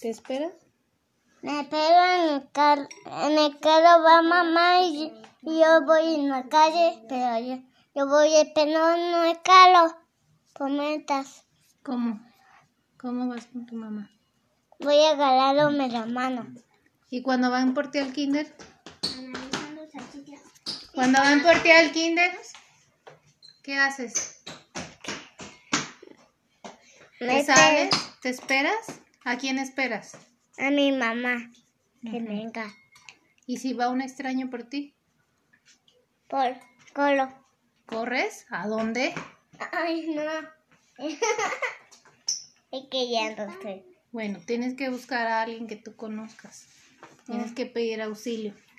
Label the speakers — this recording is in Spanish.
Speaker 1: ¿Qué esperas?
Speaker 2: Me espero en el carro. En el carro va mamá y yo, y yo voy en la calle, pero yo, yo voy esperando en el carro. Comentas.
Speaker 1: ¿Cómo? ¿Cómo vas con tu mamá?
Speaker 2: Voy a agarrarme la mano.
Speaker 1: ¿Y cuando van por ti al kinder? Cuando van por ti al kinder, ¿qué haces?
Speaker 2: Me
Speaker 1: ¿Te
Speaker 2: espero.
Speaker 1: sales? ¿Te esperas? ¿A quién esperas?
Speaker 2: A mi mamá. Que venga.
Speaker 1: ¿Y si va un extraño por ti?
Speaker 2: Por colo.
Speaker 1: ¿Corres? ¿A dónde?
Speaker 2: Ay, no. es que ya no estoy.
Speaker 1: Bueno, tienes que buscar a alguien que tú conozcas. Tienes que pedir auxilio.